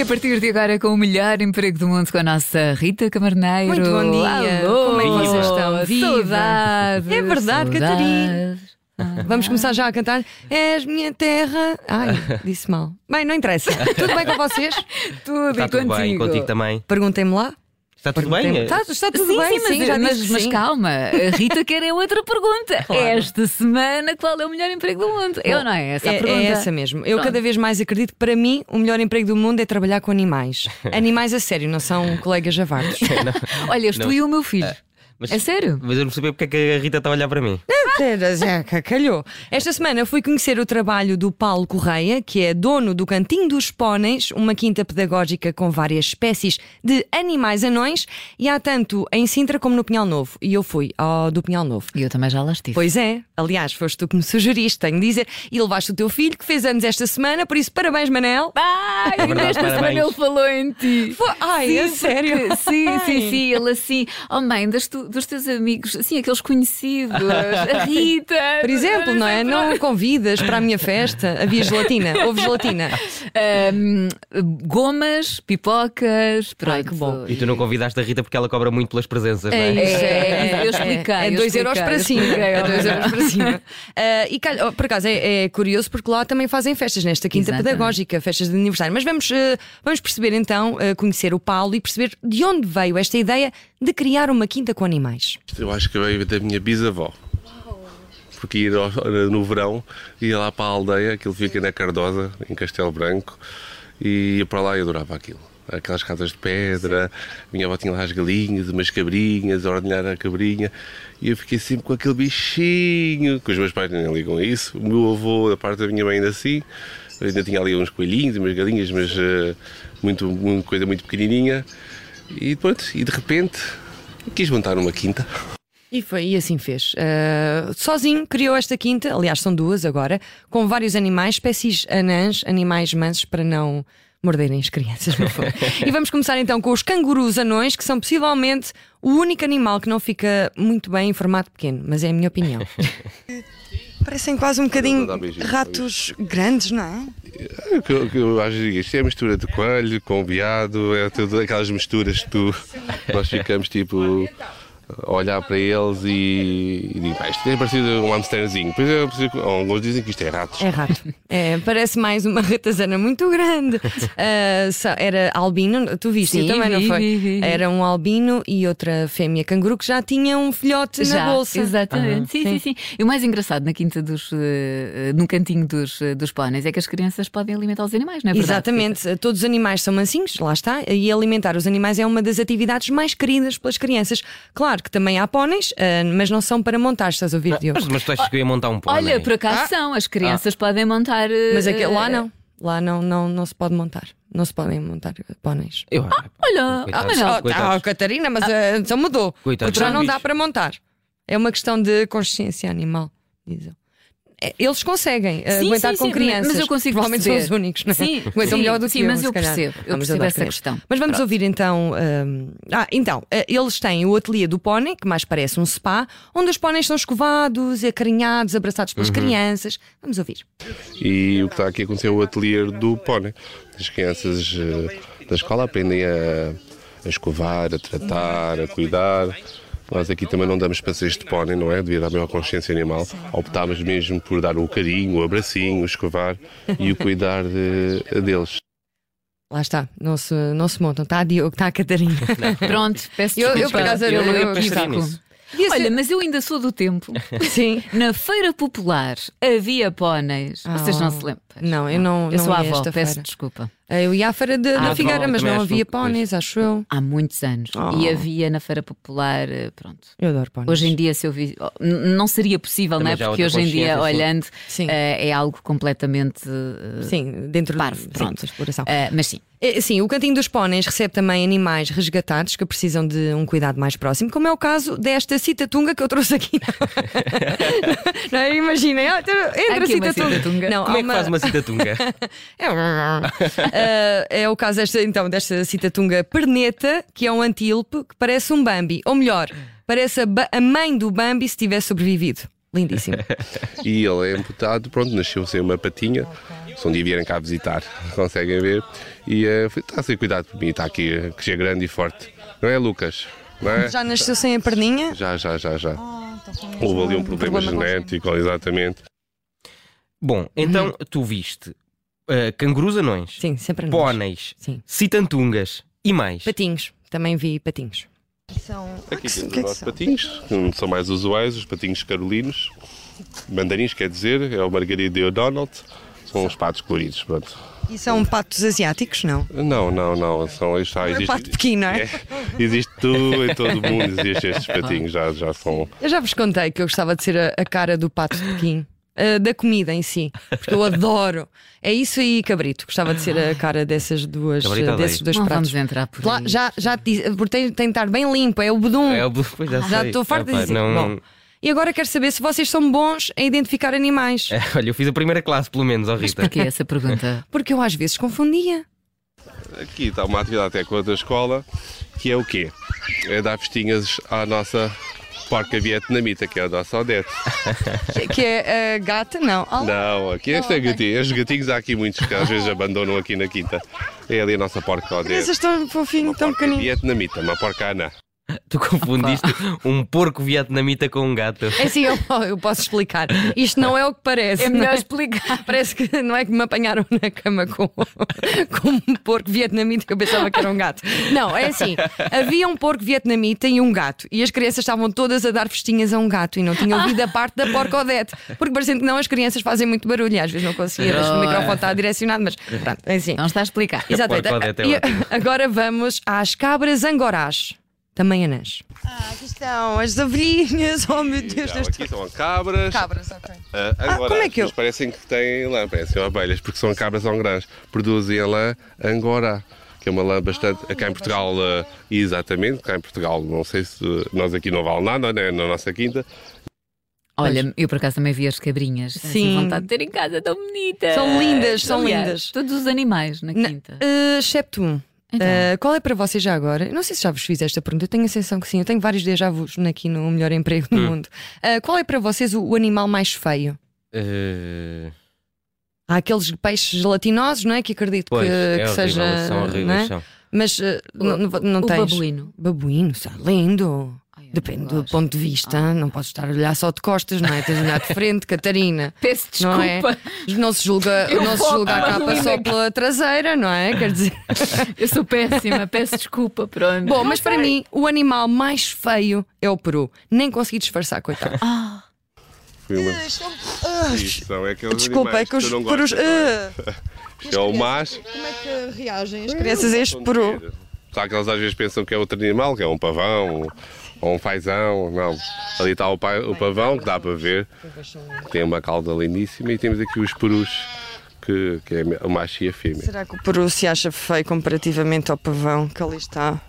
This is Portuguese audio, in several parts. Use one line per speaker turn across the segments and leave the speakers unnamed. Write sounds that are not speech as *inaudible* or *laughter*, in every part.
a partir de agora com o melhor emprego do mundo com a nossa Rita Camarneiro.
Muito bom dia.
Alô,
Como é que vocês estão? Viva.
Saudades.
É verdade, Catarina. Vamos começar já a cantar. És minha terra.
*laughs*
Ai, disse mal. Bem, não interessa. Tudo bem com vocês?
Tudo
Está
e
tudo
contigo.
bem, contigo também.
Perguntem-me lá.
Está tudo bem?
Está, está tudo
Sim,
bem,
sim, mas,
já
mas-
disse que
mas
sim.
calma, a Rita quer é outra
*laughs*
pergunta. Esta semana, qual é o melhor emprego do mundo? Eu não é essa a
É,
pergunta.
é essa mesmo. Eu
Pronto.
cada vez mais acredito que para mim o melhor emprego do mundo é trabalhar
*laughs*
com animais. Animais a sério, não são colegas javardos.
Olha, estou
Não.
eu e o meu filho.
Mas,
É sério?
Mas eu não percebi porque é que a Rita está a olhar para mim.
Zeca, calhou. Esta semana eu fui conhecer o trabalho do Paulo Correia, que é dono do Cantinho dos Póneis, uma quinta pedagógica com várias espécies de animais anões, e há tanto em Sintra como no Pinhal Novo. E eu fui ao do Pinhal Novo.
E eu também já lá estive.
Pois é, aliás, foste tu que me sugeriste, tenho de dizer, e levaste o teu filho que fez anos esta semana, por isso parabéns, Manel.
Ai,
É verdade,
esta semana
parabéns.
ele falou em ti.
Foi- Ai,
sim,
é
porque- *laughs*
sério?
Sim, sim,
Ai.
sim. Ele assim, oh mãe, das tu- dos teus amigos, assim, aqueles conhecidos, a Rita.
*laughs* Por exemplo, não é?
sei
Não convidas para a minha festa. Havia gelatina, houve gelatina.
*laughs* Ahm, gomas, pipocas, pronto.
Ai, que bom.
E tu não convidaste a Rita porque ela cobra muito pelas presenças,
É
não é?
isso,
É,
é,
eu expliquei,
É
eu
2 euros
expliquei,
para
eu
cima.
expliquei,
É dois
eu
euros para cima. *laughs* Ah, e calha- oh, por acaso é, é curioso porque lá também fazem festas nesta quinta
Exatamente.
pedagógica, festas de aniversário. Mas vamos, ah, vamos perceber então, ah, conhecer o Paulo e perceber de onde veio esta ideia de criar uma quinta com animais.
Eu acho que veio da minha bisavó. Porque ia ao- no verão, ia lá para a aldeia, aquilo fica na Cardosa, em Castelo Branco, e ia para lá e adorava aquilo. Aquelas casas de pedra, minha avó tinha lá as galinhas, umas cabrinhas, a ordenhar a cabrinha, e eu fiquei sempre com aquele bichinho, que os meus pais nem ligam a isso. O meu avô, da parte da minha mãe, ainda assim, ainda tinha ali uns coelhinhos, umas galinhas, mas eh, muito, muito- coisa muito pequenininha. E pronto, e de repente quis montar uma quinta.
E foi, e assim fez. Ah, sozinho criou esta quinta, aliás, são duas agora, com vários animais, espécies anãs, animais mansos para não morderem as crianças, no fundo. e vamos começar então com os cangurus anões, que são possivelmente o único animal que não fica muito bem em formato pequeno, mas é a minha opinião.
*laughs* Parecem quase um
Eu
bocadinho
vou dar beijinho,
ratos grandes, não é?
O que, eu- o que eu acho que isto é a mistura de coelho com veado, é tudo aquelas misturas que tu, nós ficamos tipo a olhar para eles e, e digo, "Pá, isto é parecido a um hamsterzinho. Depois eu percebo- alguns dizem que isto é ratos.
É rato. É, parece mais uma ratazana
*laughs*
muito grande. Ah, só- era albino, tu viste
Sim,
também,
vi,
não foi?
vi, vi.
Era um albino e outra fêmea canguru que já tinha um filhote
Já,
na bolsa.
Exatamente. Sim, sim, sim, E o mais engraçado na quinta dos. eh, eh, no cantinho dos, eh, dos póneis é que as crianças podem alimentar os animais, não é verdade?
Exatamente, todos os animais são mansinhos, lá está, e alimentar os animais é uma das atividades mais queridas pelas crianças. Claro que também há póneis, ah, mas não são para montar, estás a ouvir, Diogo?
Mas, mas tu achas que eu ia montar um pónei? Ah.
Olha, por acaso são, as crianças podem montar. eh,
Ah. Mas aqui- lá não, lá não, não, não se pode montar, não se podem montar póneis.
Eu,
Olha, ah,
Coitados.
mas não.
Oh, tá, oh, Catarina, mas ah, então mudou,
Coitados
porque já
dos
não dá
bichos.
para montar. É uma questão de consciência animal, dizem. É, Eles conseguem ah,
Sim,
aguentar
sim,
com
sim,
crianças.
mas eu consigo
Provavelmente
perceber.
são os únicos, não é?
Sim,
aguentam
sim,
melhor do que
sim, mas
se
eu
calhar.
percebo, eu
Vamos
percebo
adorar
essa
crianças.
questão.
Mas vamos
Pronto.
ouvir então. hum, Ah, então, eh, eles têm o ateliê do pônei, que mais parece um spa, onde os póneis são escovados, acarinhados, abraçados pelas crianças. Vamos ouvir.
E o que está aqui a acontecer é o atelier do pónei. As crianças eh, da escola aprendem a, a escovar, a tratar, a cuidar. Nós aqui também não damos passeios de pónei, não é? Devido à maior consciência animal, optámos mesmo por dar o carinho, o abracinho, o escovar e o cuidar de- deles.
Lá está, não se, não se montam, está a Diogo, está a Catarina.
*laughs* Pronto, peço
Ah. Eu- eu,
desculpa.
por acaso,
eu,
eu- eu
pensei
equivoco.
nisso.
Devia ser-
Olha, mas eu ainda sou do tempo.
Sim.
Na feira popular havia póneis.
Ah,
Vocês não se lembram?
não, eu não-
Eu
não
sou a
ia
avó,
esta
peço
feira.
desculpa.
Eh, Eu ia à feira de, da
Ah,
Figueira,
bom,
mas
também
não
acho
havia
que-
póneis, acho eu.
Há muitos anos.
Oh.
E havia na feira popular, eh, pronto.
Eu adoro póneis.
Hoje em dia, se eu vi. oh, n- Não seria possível,
Também
não
já
é?
há
Porque
outra
hoje em dia,
consciência, sim.
olhando,
Sim.
eh, é algo completamente. eh,
Sim, dentro
Parvo,
do, sim,
pronto.
da exploração.
eh, mas sim.
É, Sim, o Cantinho dos Póneis recebe também animais resgatados que precisam de um cuidado mais próximo, como é o caso desta citatunga que eu trouxe aqui. *laughs* Não, é? imaginem, ah, então, entra a
Aqui uma
citatunga.
citatunga.
Não,
Como
há
é que
*laughs*
faz uma citatunga?
é, é o caso desta, então, desta citatunga perneta, que é um antílope que parece um Bambi, ou melhor, parece a, ba- a mãe do Bambi se tivesse sobrevivido. Lindíssimo.
E ele é amputado, pronto, nasceu sem uma patinha se um dia vierem cá visitar, *laughs* conseguem ver. E eh, fui- está a ser cuidado por mim, está aqui, eh, que seja grande e forte. Não é, Lucas? Não é?
*laughs* Já nasceu sem a perninha?
Já, já, já, já.
Ah, então foi mesmo
Houve ali um problema,
congénito.
genético, exatamente.
Bom, então tu viste ah, cangurus anões,
Hum. Sim, sempre a nós.
póneis,
Sim.
citantungas e mais.
Patinhos, também vi patinhos.
São...
Aqui
o
temos
que
os
é que
nossos
são?
patinhos, que não são mais usuais, os patinhos carolinos. Mandarins, quer dizer, é o Margarido e o Donald. São os patos coloridos, pronto.
E são patos asiáticos, não?
Não, não, não, são isto já
É
existe,
pato pequeno, não é?
existe tudo em todo o mundo, existe
*laughs*
estes patinhos, já, já são.
Eu já vos contei que eu gostava de ser a, a cara do pato de Pequim. eh, da comida em si,
*laughs*
porque eu adoro. É isso aí, cabrito. Gostava de ser a cara dessas duas, ah,
Cabrito odeio.
desses dois
Não
pratos.
vamos entrar por
Lá,
aí.
já, já te disse, porque tem, tem de estar bem limpo, é o bedum.
É, pois já
Já
sei.
estou farta
Epá,
de dizer.
não-
Bom, e agora quero saber se vocês são bons a identificar animais.
*laughs* Olha, eu fiz a primeira classe, pelo menos, ó Rita.
Porquê essa pergunta?
Porque eu às vezes confundia.
Aqui está uma atividade até com a da escola, que é o quê? É dar festinhas à nossa porca vietnamita, que é a nossa Odete.
Que, que é a gata? Não. Ah,
Não, aqui este é gatinho, estes gatinhos há aqui muitos que às vezes abandonam aqui na quinta. É ali a nossa porca Odete.
Crianças tão fofinho, é tão
Porca
pequenino.
vietnamita, uma porca anã.
Tu confundiste um porco vietnamita com um gato.
É assim, eu, eu posso explicar. Isto não *laughs* é o que parece.
É melhor
não
explicar.
Parece que não é que me apanharam na cama com, com um porco vietnamita que eu pensava que era um gato. Não, é assim: havia um porco vietnamita e um gato, e as crianças estavam todas a dar festinhas a um gato e não tinham ouvido a parte da porca Odete, porque parecendo que não, as crianças fazem muito barulho, e às vezes não conseguia, mas o microfone está direcionado, mas pronto, é assim.
Não está a explicar.
Exatamente.
porca Odete é
E
ótimo.
*laughs* agora vamos às cabras angorás, também anãs.
Ah, aqui estão as abelhinhas. Oh, meu
E,
Deus,
não,
desta
aqui são cabras,
cabras, ok.
Ah,
Ah, como é que eu-
mas parecem que têm lã, parecem abelhas, porque são cabras angrãs. Produzem a lã angora, que é uma lã bastante. cá em Portugal, ah, exatamente, cá em Portugal, não sei se. Nós aqui não vale nada, né? Na nossa quinta.
Olha, eu por acaso também vi as cabrinhas. Sim.
Sim.
vontade de ter em casa, tão bonitas.
São lindas, são
Aliás,
lindas.
Todos os animais na
Na-
quinta.
eh, excepto um.
Então.
Eh, qual é para vocês já agora? Eu Não sei se já vos fiz esta pergunta, eu tenho a sensação que sim, eu tenho vários déjà vus aqui no melhor emprego
Hum.
do mundo. Eh, qual é para vocês o, o animal mais feio?
Eh,
Há aqueles peixes gelatinosos, não é? Que acredito
pois,
que,
é
que
horrível,
seja.
são
não
horríveis.
é?
São.
Mas eh, não, não, não
o
tens.
babuíno.
Babuíno, está lindo.
Ai, eu não
Depende do
gosto.
ponto de vista,
Ah.
não podes estar a olhar só de costas, não é? Tens de olhar de
*laughs*
frente, Catarina.
Peço
Não,
desculpa.
é? não se julga,
Eu
não se
vou
julga a
à
capa
Babuína.
só pela traseira, não é?
*laughs*
Quer dizer.
Eu sou péssima, peço desculpa, pronto.
Bom, mas para mim, o animal mais feio é o peru. Nem consegui disfarçar, coitado.
Ah,
Foi uma
Ah, estão- Ah,
são aqueles
Desculpa, é
animais
que os
eu não
perus.
gosto,
eh,
Ah,
que é o macho.
como é que reagem as crianças a este
São
peru?
de ver. Sabe que eles às vezes pensam que é outro animal, que é um pavão ou um fazão. Não. Ali está o, pa- o pavão, que dá para ver. Tem uma cauda lindíssima e temos aqui os perus, que, que é o macho e a fêmea.
Será que o peru se acha feio comparativamente ao pavão que ali está?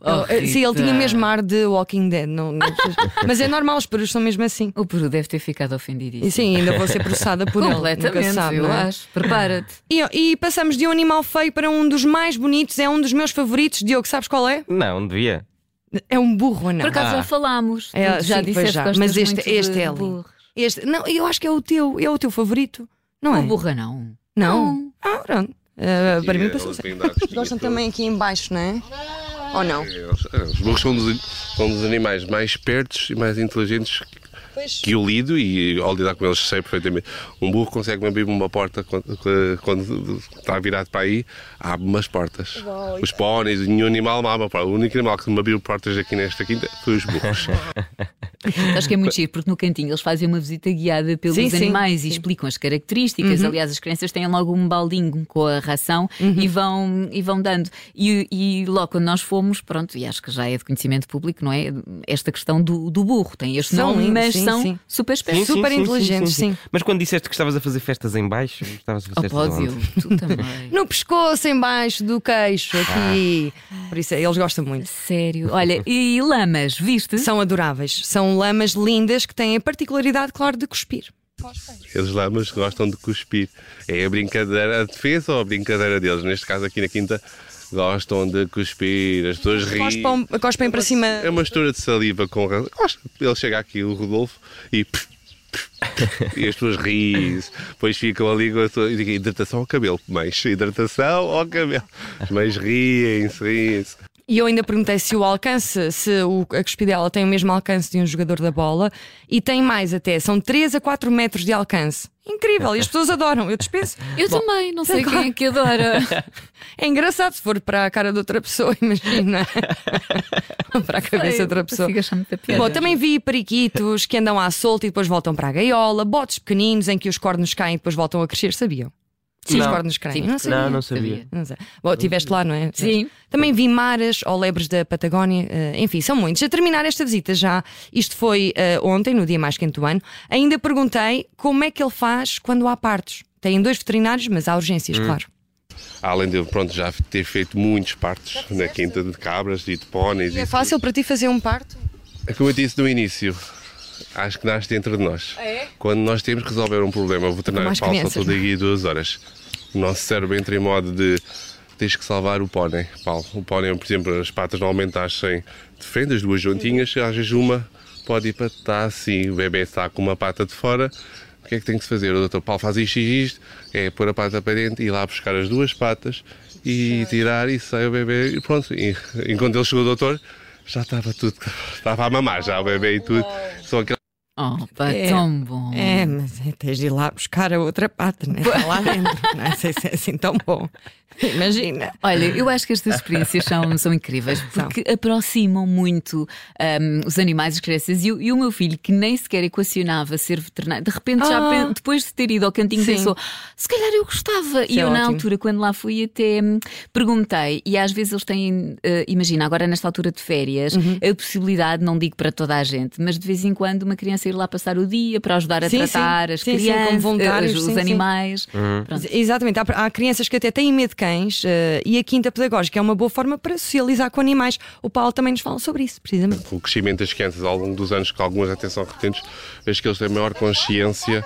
oh,
Ele- Sim, eh, ele
Rita.
tinha mesmo ar de Walking Dead. Não, não-
*laughs*
mas é normal, os perus são mesmo assim.
O Peru deve ter ficado ofendidíssimo.
E sim, ainda vou ser processada por ele.
Completamente,
Nunca sabe,
eu
não é?
acho. Prepara-te.
E, e passamos de um animal feio para um dos mais bonitos, é um dos meus favoritos. Diogo, sabes qual é?
Não, não devia.
É um burro, ou não?
Por acaso
Ah.
já falámos.
É,
Tu já
sim,
disseste
pois já,
que gostas
mas este-
muito
este
de
é lindo.
burros.
Este, não, eu acho que é o teu, é o teu favorito. Não é?
O burra não.
Não.
Não.
Ah, pronto. Ah, para
E,
mim
eh,
passou.
eles têm dados
Eles gostam
de tudo.
também aqui embaixo, não é? Ou não?
Eles- eh, Os burros são dos, são dos animais mais espertos e mais inteligentes
Pois.
que eu lido e ao lidar com eles sei perfeitamente. Um burro consegue abrir uma porta quando, quando está virado para aí, abre umas portas. Os póneis, nenhum animal abre uma porta. O único animal que me abriu portas aqui nesta quinta foi os burros.
Acho que é muito giro, porque no cantinho eles fazem uma visita guiada pelos
Sim, sim,
animais
sim. Uhum.
e explicam as características. Aliás, as crianças têm logo um baldinho com a ração e, vão, e vão dando. E, e logo quando nós fomos, pronto, e acho que já é de conhecimento público, não é? Esta questão do, do burro. Tem este
São
nome,
lindos,
mas
sim,
são
sim.
super
Sim,
espécies.
Super inteligentes, sim.
Mas quando disseste que estavas a fazer festas em baixo, estavas a
Oh,
fazer festas
pode
aonde?
eu, tu
*laughs*
também.
No pescoço, embaixo do queixo, aqui. Por isso, é, eles gostam muito.
Sério. *laughs* Olha, e lamas, viste?
São adoráveis. São lamas lindas que têm a particularidade, claro, de cuspir.
Eles lamas gostam de cuspir. É a brincadeira, a defesa ou a brincadeira deles? Neste caso aqui na quinta, gostam de cuspir. As pessoas riem.
Cospam, cospem para cima.
É uma mistura de saliva com. ra- Gosto. Ele chega aqui, o Rodolfo, e. pff, e as pessoas riem Depois ficam ali com a sua. e digo, Hidratação ao cabelo, mães. Hidratação ao cabelo. As mães riem-se, riem-se.
E eu ainda perguntei se o alcance, se o, a cuspidela tem o mesmo alcance de um jogador da bola e tem mais até, são 3 a 4 metros de alcance. Incrível, e as pessoas adoram, eu dispenso.
Eu também, não *laughs*
*laughs*
sei quem é que adora.
É engraçado se for para a cara de outra pessoa, *laughs* imagina. para a cabeça de outra pessoa.
Fica muita piada.
Bom, também vi periquitos que andam à solta e depois voltam para a gaiola, botes pequeninos em que os cornos caem e depois voltam a crescer, sabiam? Sim, os
Não.
cornos caem.
Sim,
não sabia.
Não, não sabia.
Não sei. Bom, estiveste lá, não é?
Sim.
Também vi maras ou lebres da Patagónia, eh, enfim, são muitos. A terminar esta visita já, isto foi eh, ontem, no dia mais quente do ano, ainda perguntei como é que ele faz quando há partos. Tem dois veterinários, mas há urgências, claro.
Além de eu, pronto, já ter feito muitos partos na quinta de cabras e de póneis.
E é
isso
fácil para ti fazer um parto?
É como eu disse no início, acho que nasce dentro de nós.
Ah, é?
Quando nós temos que resolver um problema, o
Como
veterinário
as
pausa
crianças,
tudo aí duas horas. O nosso cérebro entra em modo de tens que salvar o pónen. Paulo, o pónen, por exemplo, as patas normalmente nascem de frente, as duas juntinhas, às vezes uma pode ir para estar assim, o bebê está com uma pata de fora. O que é que tem que se fazer? O doutor Paulo faz isto e isto, é pôr a pata para dentro, ir lá buscar as duas patas e tirar e sai o bebê e pronto. E, enquanto ele chegou, o doutor, já estava tudo, estava a mamar já o bebê e tudo. Só aquele
Oh, pá,
É.
tão bom.
É, mas é, tens de ir lá buscar a outra pata, né? Está lá dentro. Não sei se é assim tão bom. Imagina.
Olha, eu acho que estas experiências são, são incríveis porque aproximam muito hum, os animais e as crianças. E, o- e o meu filho, que nem sequer equacionava ser veterinário, de repente, já
Ah.
pen- depois de ter ido ao cantinho,
Sim.
pensou: se calhar eu gostava.
Isso
e
é
eu, na
ótimo.
altura, quando lá fui, até hum, perguntei. E às vezes eles têm, eh, imagina, agora nesta altura de férias,
Uhum.
a possibilidade, não digo para toda a gente, mas de vez em quando uma criança ir lá passar o dia para ajudar a
Sim, sim.
tratar as
Sim, sim, como
crianças, eh,
voluntários,
os,
sim,
os
sim.
animais. Pronto.
Exatamente, há, há crianças que até têm medo de cães eh, e a quinta pedagógica é uma boa forma para socializar com animais. O Paulo também nos fala sobre isso, precisamente.
o crescimento das crianças ao longo dos anos, com algumas atenção repetentes, acho que eles têm maior consciência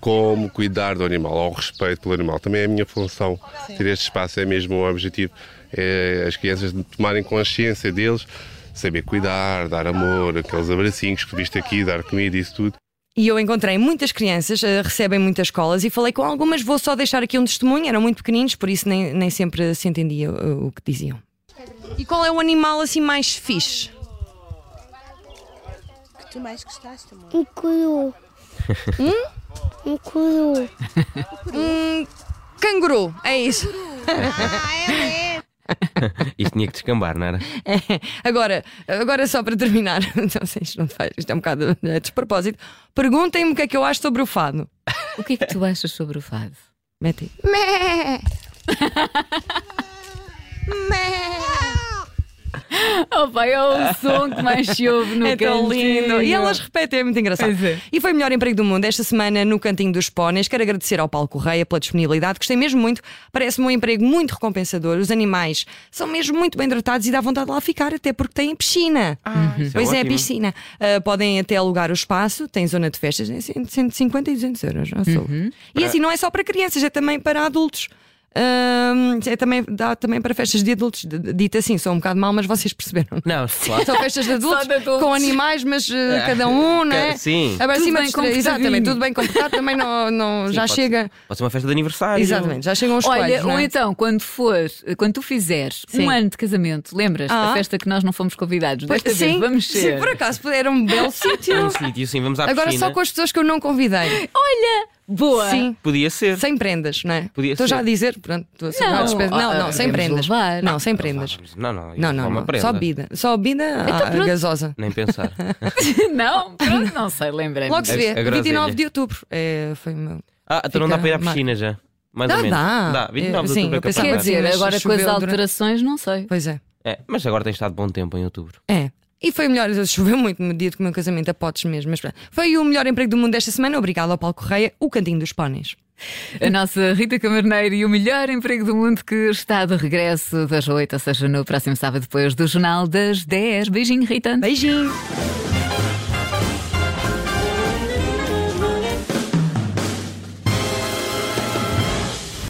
como cuidar do animal, ao respeito pelo animal. Também é a minha função ter este espaço, é mesmo o objetivo, é as crianças tomarem consciência deles, saber cuidar, dar amor, aqueles abracinhos que tu viste aqui, dar comida, isso tudo.
E eu encontrei muitas crianças, eh, recebem muitas escolas e falei com algumas, vou só deixar aqui um testemunho, eram muito pequeninos, por isso nem, nem sempre se entendia eh, o que diziam. E qual é o animal assim mais fixe?
Tu mais gostaste, amor?
Um curu. Um? Um curu.
Canguru, é isso.
Isto tinha que descambar,
*laughs*
não era?
É. Agora, agora só para terminar, *laughs* não sei, isto não faz, isto é um bocado de despropósito. Perguntem-me o que é que eu acho sobre o fado.
O que é que tu achas sobre o fado?
Metem.
Oh, pai, é
*laughs*
o som que mais se ouve no
É tão
cantinho.
lindo. E elas repetem, é muito engraçado.
Pois é.
E foi o melhor emprego do mundo esta semana no Cantinho dos Póneis. Quero agradecer ao Paulo Correia pela disponibilidade. Gostei mesmo muito. Parece-me um emprego muito recompensador. Os animais são mesmo muito bem tratados e dá vontade de lá ficar, até porque têm piscina.
Ah,
isso é
pois é,
ótimo.
piscina. Ah, podem até alugar o espaço, tem zona de festas em 100, 150 e 200 euros. Já sou. E assim, não é só para crianças, é também para adultos. Ahm, é também, dá também para festas de adultos. D- d- Dito assim, sou um bocado mal, mas vocês perceberam. é?
Não, claro.
São festas de adultos,
Só de adultos.
com animais, mas eh, cada um, não é?
ca- sim.
Agora,
Tudo
acima
bem
dos três- Exatamente,
comportadinho.
tudo bem comportado, também não, não- já
pode
chega.
Pode ser uma festa de aniversário.
Exatamente, já chegam os
Olha,
coelhos, não
ou
é?
então, quando for, quando tu fizeres
Sim.
um ano de casamento, lembras da
Ah.
festa que nós não fomos convidados?
Pois,
Desta vez vamos ser.
sim, por acaso era um belo
Um
sítio.
sítio, sim, vamos à
Agora
piscina.
só com as pessoas que eu não convidei.
Olha, boa!
Sim.
Podia ser.
Sem prendas, não é?
Podia
Estou
ser.
já a dizer, pronto, estou a ser
Não,
mal despesa. não,
ah,
não, sem
podemos
prendas.
levar. Então
Não, sem prendas.
Não, não. isso
Não,
é
não,
uma
não.
prenda.
Só bebida. Só bebida ah,
pronto.
gasosa.
Nem pensar.
*laughs*
*laughs*
Não, pronto, não sei, lembrei-me.
Logo se vê,
A groselha.
29 de outubro. É, foi o meu.
Ah, então não dá
Fica
para ir à
ma-
piscina já. Mais
Dá,
ou menos.
dá.
Dá,
Eu-
29
sim,
de outubro
eu
é capaz.
pensava
Quer
Sim,
dizer,
mas
agora com as
choveu durante-
alterações, não sei.
Pois é.
É, mas agora tem estado bom tempo em outubro.
É. E foi o melhor, *laughs* choveu muito no dia do meu casamento, a potes mesmo. Mas pronto. foi o melhor emprego do mundo desta semana. Obrigado ao Paulo Correia, o cantinho dos póneis.
A nossa Rita Camarneiro e o melhor emprego do mundo que está de regresso das 8, ou seja, no próximo sábado depois do Jornal das 10. Beijinho, Rita.
Beijinho!